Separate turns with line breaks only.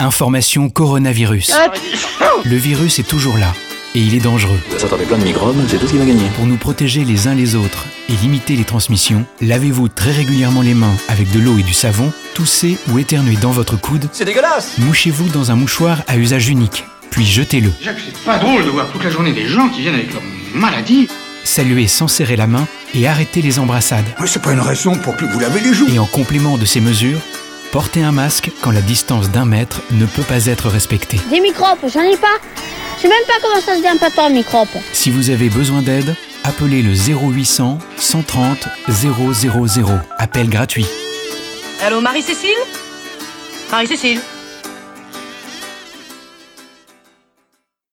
Information coronavirus.
Euh,
Le virus est toujours là et il est dangereux.
S'attraper plein de microbes, c'est tout ce qui va gagner.
Pour nous protéger les uns les autres et limiter les transmissions, lavez-vous très régulièrement les mains avec de l'eau et du savon, toussez ou éternuez dans votre coude,
C'est dégueulasse
mouchez-vous dans un mouchoir à usage unique, puis jetez-le.
Jacques, c'est pas drôle de voir toute la journée des gens qui viennent avec leur maladie.
Saluez sans serrer la main et arrêtez les embrassades.
Mais c'est pas une raison pour plus vous laver les joues.
Et en complément de ces mesures, portez un masque quand la distance d'un mètre ne peut pas être respectée.
Des microbes, j'en ai pas. Je sais même pas comment ça se dit un pâton microbe.
Si vous avez besoin d'aide, appelez le 0800 130 000. Appel gratuit.
Allô, Marie-Cécile Marie-Cécile